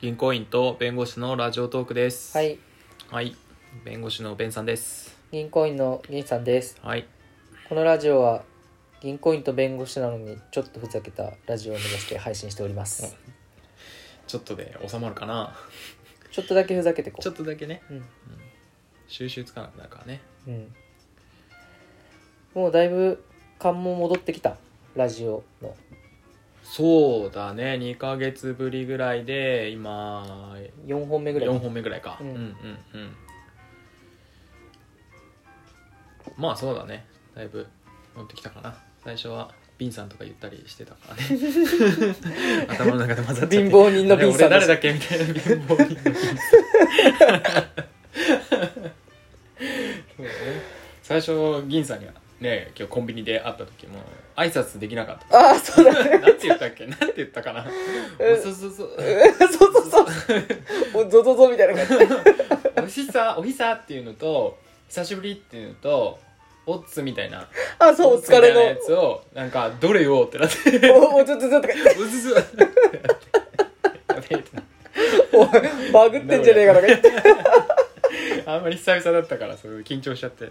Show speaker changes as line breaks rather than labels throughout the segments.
銀行員と弁護士のラジオトークです
は、い、
はい弁護士の弁さんです
銀行員の銀さんです。
はい
このラジオは銀行員と弁護士なのにちょっとふざけたラジオを目指して配信しております。
ちょっとで収まるかな
ちょっとだけふざけてこ
ちょ
う
っ。とだけね
うん、
収集つかなくなるからね
うん。もうだいぶ感も戻ってきたラジオの。
そうだね2ヶ月ぶりぐらいで今
4本目ぐらい
4本目ぐらいか、
うん
うんうんうんまあそうだねだいぶ乗ってきたかな最初はビンさんとか言ったりしてたから ね頭の中で混ざっちゃって
貧乏人のビンさん
あれ俺誰だっけみたいな貧乏人のビンさんそうだね最初銀さんにはね今日コンビニで会った時も挨拶できなか った
ああそうだね
なんて言ったっけなんて言ったかな
うん
そうそうそう
そうそうそうおゾゾゾみたいな感じ
おひさおひさっていうのと久しぶりっていうのとおっつみたいな
あ そうお疲れ
みたいなや
の
つをなんかどれよってなって
おおちょっとちょっと
おすすやべえってな
おバグってんじゃねえかとか言って
あんまり久々だったからそう緊張しちゃってね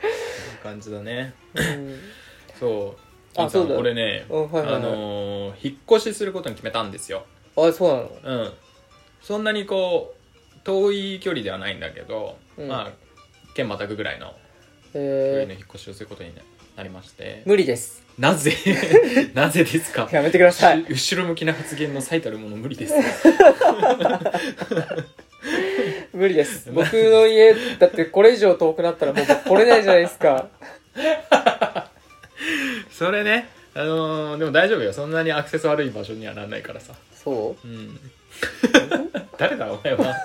そんな感じだねそう
あそうだ
俺ね、
うんはいはいはい
あのー引っ越しすることに決めたんですよ
うんあそうなの
うんそんなにこう遠い距離ではないんだけど、
うん
まあ県またぐぐらいの距離
え
の
ー
引っ越しをすることになりまして
無理です
な ぜなぜですか
やめてください
後ろ向きな発言の最たるもの無理です
無理です僕の家だってこれ以上遠くなったらもう来れないじゃないですか
それねあのーでも大丈夫よそんなにアクセス悪い場所にはならないからさ
そ
うん 誰だお前は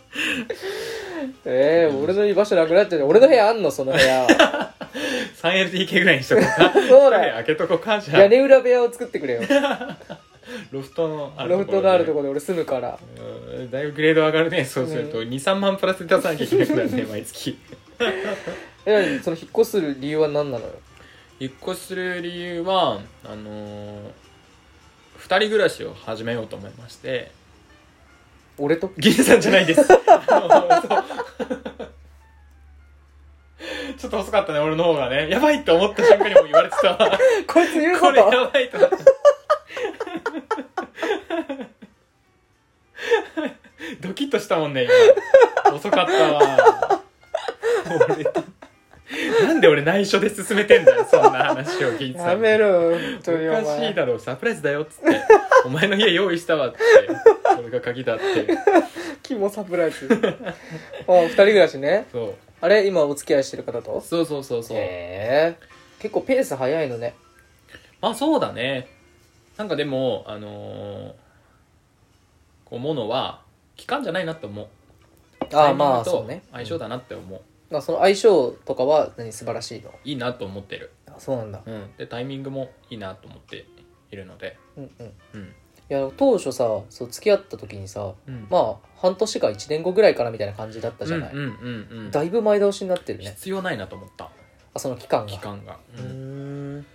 うえー、俺の居場所なくなっちゃう俺の部屋あんのその部屋
3LDK ぐらいにしとこう か
そうだよ
開けとこうかじゃあ
屋根裏部屋を作ってく れよ
ロフトのある
ロ
と
フ
ころ
トのあるところで俺住むから
うんだいぶグレード上がるねそうすると23万プラスで出さなきゃいけなくなるね毎月
えその引っ越する理由は何なのよ
引っ越しする理由はあのー、2人暮らしを始めようと思いまして
俺と
銀さんじゃないです あのそうちょっと遅かったね俺の方がねやばいと思った瞬間にもう言われてた わ
こいつ言う
こ
こ
とれやばいと思った ドキッとしたもんね今遅かった わ俺となんで俺内緒で進めてんだよそんな話を銀さんに
やめろよ本当にお
おかしい
前
だろサプライズだよっつって お前の家用意したわっつってこれが鍵だって
キモサプライズあ二人暮らしね
そう
あれ今お付き合いしてる方と
そうそうそうそう、
えー、結構ペース早いのね
まあそうだねなんかでもあのーこうものは期間じゃないなと思う
あ
タイ
あ
ミング
まあ
と
そうね
相性だなって思う、
まあその相性とかは何素晴らしいの
いいなと思ってる、
あそうなんだ
うん、でタイミングもいいなと思っているので
うんうんい
うん
や当初さそう付き合った時にさ
うんあ
まあ半年か1年後ぐらいからみたいな感じだったじゃない、
うんうんうん、うん、
だいぶ前倒しになってるね
必要ないなと思った
あその期間が
期間が、
う
うん
ーん
い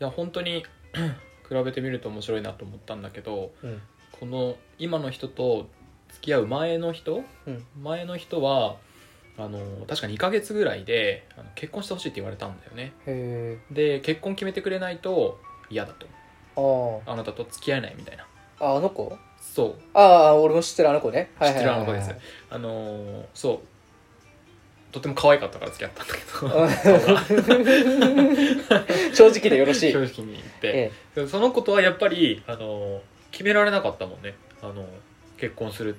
や本当に 比べてみると面白いなと思ったんだけど
うん
この今の人と付き合う前の人
うん
前の人はあの確か2ヶ月ぐらいであの結婚してほしいって言われたんだよね
へえ
で結婚決めてくれないと嫌だと
あー
あなたと付き合えないみたいな
ああの子
そう
ああ俺も知ってるあの子ね
知ってるあの子です
はい
あのーそうとても可愛かったから付き合ったんだ
はい
けど顔が
はい 正直でよろしい
正直に言って、
え
でもそのことはやっぱり、あの決められなかったもんね、あの結婚する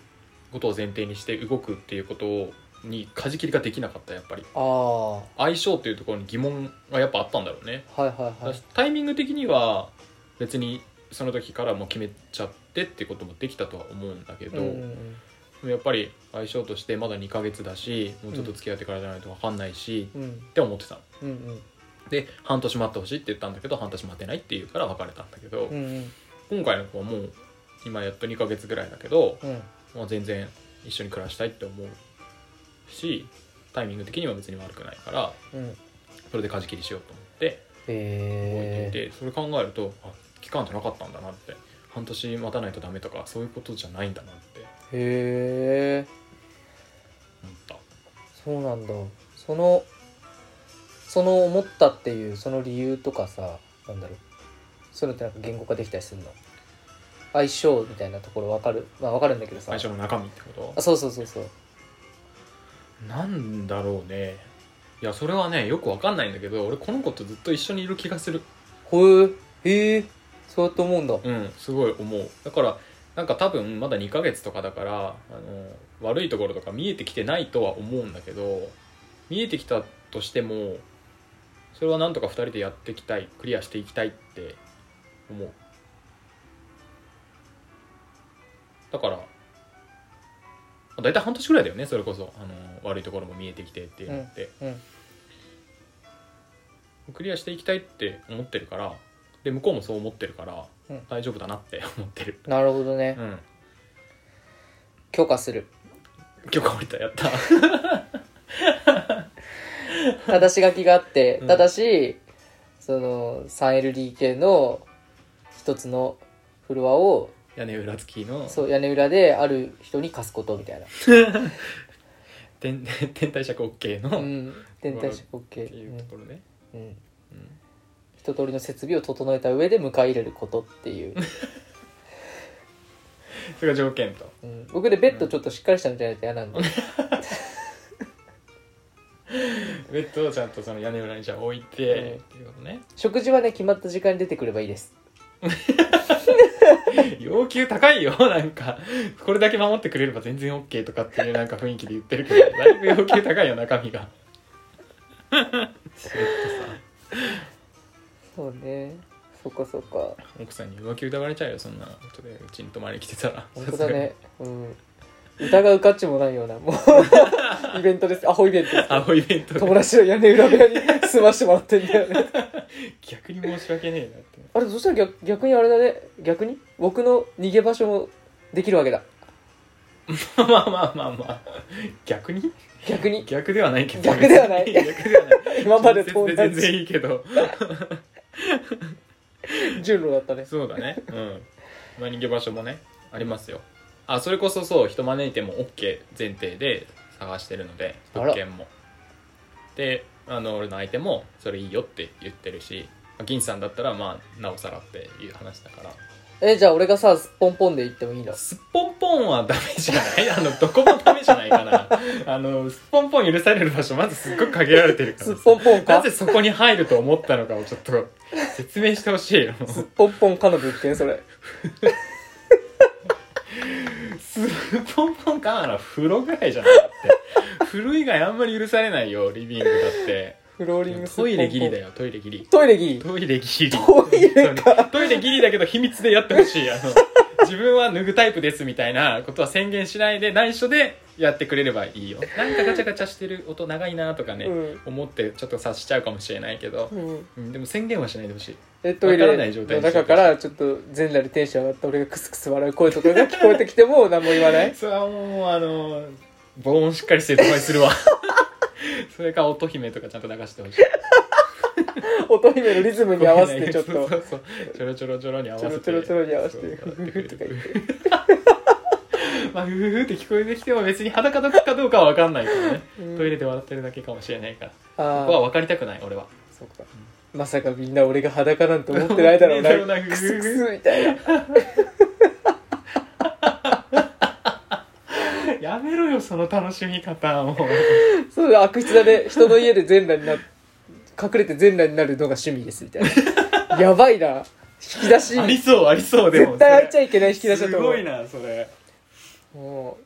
ことを前提にして動くっていうことに舵切りができなかったやっぱり
ああは
相性っていうところに疑問がやっぱあったんだろうね、
いはいはい
だしタイミング的には別にその時からもう決めちゃってってこともできたとは思うんだけど、
うんうんうん
でもやっぱり相性としてまだ2ヶ月だしもうちょっと付き合ってからじゃないと分かんないし、
うん
って思ってたの
うんうん
で半年待ってほしいって言ったんだけど半年待てないって言うから別れたんだけど、
うんうん
今回の子はもう今やっと2ヶ月ぐらいだけど、
うん
まあ、全然一緒に暮らしたいって思うしタイミング的には別に悪くないから
うん
それで舵切りしようと思って動いてい
えー
て、それ考えるとあ期間ってなかったんだなって半年待たないとダメとかそういうことじゃないんだなって
へえ
思った
そうなんだそのその思ったっていうその理由とかさなんだろうそういうのってなんか言語化できたりするの相性みたいなところ分かるまあ分かるんだけどさ
最初の中身ってこ
あそうそうそうそう
となんだろうねいやそれはねよくわかんないんだけど俺この子とずっと一緒にいる気がする
ほえへえそうやって思うんだ
うんすごい思うだからなんか多分まだ2ヶ月とかだからあの悪いところとか見えてきてないとは思うんだけど見えてきたとしてもそれはなんとか2人でやっていきたいクリアしていきたいって思うだからまあ大体半年ぐらいだよねそれこそあの悪いところも見えてきてっていうのって、
うん
クリアしていきたいって思ってるからで向こうもそう思ってるから、
うん
大丈夫だなって思ってる
なるほどね
うん
許可する
許可下りたやった
ただし書きがあって
うん
ただしその 3LDK の一つのフロアを
屋根裏付きの
そう屋根裏である人に貸すことみたいな、
天天体尺 OK
う
のっ
ん、天体式
て
OK、
いうところね、
うんうん、
うん
一通りの設備を整えた上で迎え入れることっていう、
それが条件と
うん、僕でベッドちょっとしっかりしたみたいなの嫌なんで、
ベッドをちゃんとその屋根裏にじゃあ置いて、っていうことね
食事はね決まった時間に出てくればいいです
要求高いよ なんかこれだけ守ってくれれば全然 OK とかっていうなんか雰囲気で言ってるけ どだいぶ要求高いよ中身がちょっとさ
そうねそっかそっか
奥さんに要求疑われちゃうよそんなことでうちに泊まりに来てたら
本当だねうん疑う価値もないようなも うイベントですアホイベントです
さすがに青いイベントで
友達の屋根裏部屋に住ましてもらってんだよね
逆に申し訳ねえなって
あれそしたら逆逆にあれだね逆に僕の逃げ場所もできるわけだ
まあまあまあまあ逆に
逆に
逆ではないけど
逆ではな い
逆ではない
今まで友
全然
達
いいけど
順路だったね
そうだねうんまあ人形場所もねありますよあそれこそそう人招いても OK 前提で探してるので
あら
物件もであの俺の相手もそれいいよって言ってるしまあ銀さんだったらまあなおさらっていう話だから
えじゃあ俺がさポンポンで行ってもいいの
すっぽんぽんはダメじゃない あのどこもダメじゃないかな あのすっぽんぽん許される場所まずすっごく限られてるから
すっぽんぽん
な
か
ぜそこに入ると思ったのかをちょっと説明してほしいよ
すっぽんぽんかの物件それ
すっぽんぽんかなの風呂ぐらいじゃなくて風呂以外あんまり許されないよリビングだって
フローリングすっぽんぽ
ト
ん
イレギリだよトイレギリ
トイレギリ
トイレギリ
トイレか
本当にトイレギリだけど秘密でやってほしいあの自分は脱ぐタイプですみたいなことは宣言しないで内緒でやってくれればいいよなんかガチャガチャしてる音長いなとかね、
うん
思ってちょっと察しちゃうかもしれないけど、
うん
うんでも宣言はしないでほしい
えトイ
わか
レ
らない状態
の
にしよう
中
と
からちょっと全裸でテンション上がった俺がクスクス笑う声とかが聞こえてきても何も言わな い
それはもうあの防音しっかりしてるとこにする わそれか乙姫とかちゃんと流してほしい
乙姫のリズムに合わせてちょ っ
そう
と
そうそうちょろちょろちょろに合わ
ちょ
せ
ろ
て
ちょろちょろに合わせ
そ
て
う
フフフとか言って
まあふふふって聞こえてきても別に裸だかどうかは分かんないからね、
うん
トイレで笑ってるだけかもしれないからこ
あ
こは
あ
分かりたくない俺は
そうかまさかみんな俺が裸なんて思ってない だろう
思ってな
な
だろうな
いクスクスみたいな
やめろよその楽しみ方もう
そうだ悪質だね人の家で全裸にな隠れて全裸になるのが趣味ですみたいなやばいな引き出 し
ありそうありそうでも
絶対開いちゃ
い
いけない引き出しだと
す
思
ご
う
いなそれ
も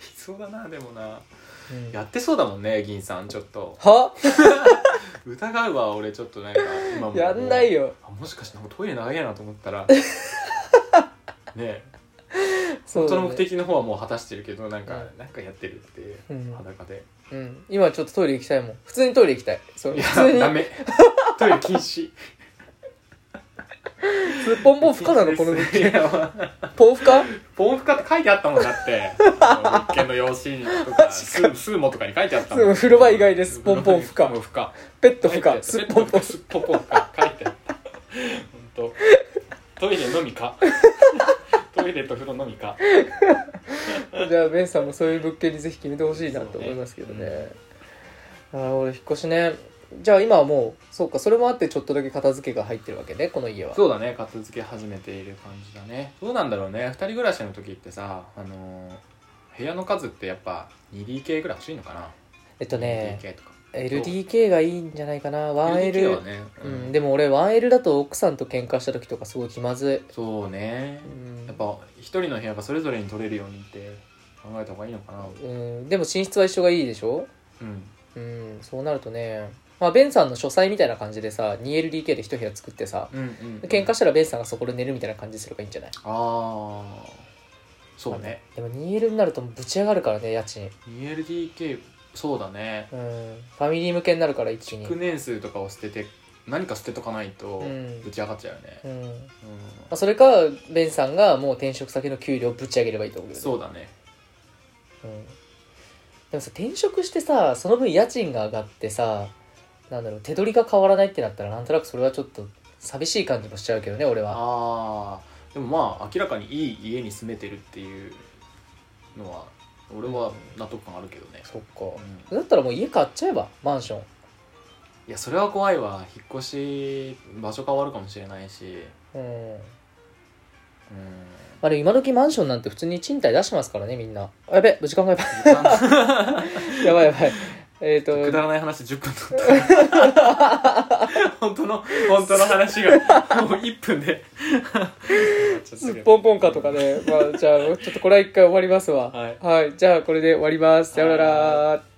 いそうだなでもな
ううん
やってそうだもんね銀さんちょっと
は
疑うわ俺ちょっとなんか今も
やんないよ
あもしかしてなんかトイレ長いなと思った らね本
そう
当
だ
の
ね
目的の方はもう果たしてるけどなんか、
う
なんかやってるっていう
うん
裸で、
うん今ちょっとトイレ行きたいもん普通にトイレ行きたいそう
いや
普通に
ダメトイレ禁止
スポンポン不可なのこの物件ポン不可
ポンフカって書いてあったもんだって。物件の用紙とか、スースーモとかに書いてあったも
そ
ん。
う風呂場以外ですポンポン不可
ポンポン不可。
ペット不可
ス
ス
ッ
ポ
ポ
ン
ン
ポ
ポ
ン
ン。スッポンポンか。書いてあった。ほんと。トイレのみ か。トイレと風呂のみか。
じゃあベンさんもそういう物件にぜひ決めてほしいなと思いますけどねああ俺引っ越しねじゃあ今はもうそうかそれもあってちょっとだけ片付けが入ってるわけねこの家は
そうだね、片付け始めている感じだね。どうなんだろうね、二人暮らしの時ってさ、あのー部屋の数ってやっぱ 2DK ぐらい欲しいのかな。
えっとね
2DK とか。
LDK がいいんじゃないかな 1L、
はね、
うん、でも俺 1L だと奥さんと喧嘩した時とかすごい気まず
そうね
い、う。ん
やっぱ一人の部屋がそれぞれに取れるようにって考えた方がいいのかな
うん、でも寝室は一緒がいいでしょ
うん
うんそうなるとねまあベンさんの書斎みたいな感じでさ 2LDK で一部屋作ってさ
うんうん
喧嘩したらベンさんがそこで寝るみたいな感じすればいいんじゃない
ああそうね
でも 2L になるとぶち上がるからね家賃
2LDK そうだね
うんファミリー向けになるから一気に
築年数とかを捨てて何か捨てとかないと
うん
ぶち上がっちゃうよね
う、ん
うん
まあそれかベンさんがもう転職先の給料をぶち上げればいいと思うよね
そうだね
うんでもさ転職してさその分家賃が上がってさなんだろう手取りが変わらないってなったらなんとなくそれはちょっと寂しい感じもしちゃうけどね俺は
ああでもまあ明らかにいい家に住めてるっていうのは俺は納得感あるけどね、
そっ
うん、
かだったらもう家買っちゃえばマンション
いやそれは怖いわ引っ越し場所変わるかもしれないし
うん
うん
まあでも今時マンションなんて普通に賃貸出してますからねみんなあやべ時間がやばい
時間
やばいや ばいえっ、
く
と
だらない話10分取った 本当の本当の話がもう1分で
すっぽんぽんかとかねまあじゃあちょっとこれは一回終わりますわ
はい
じゃあこれで終わりますさよなら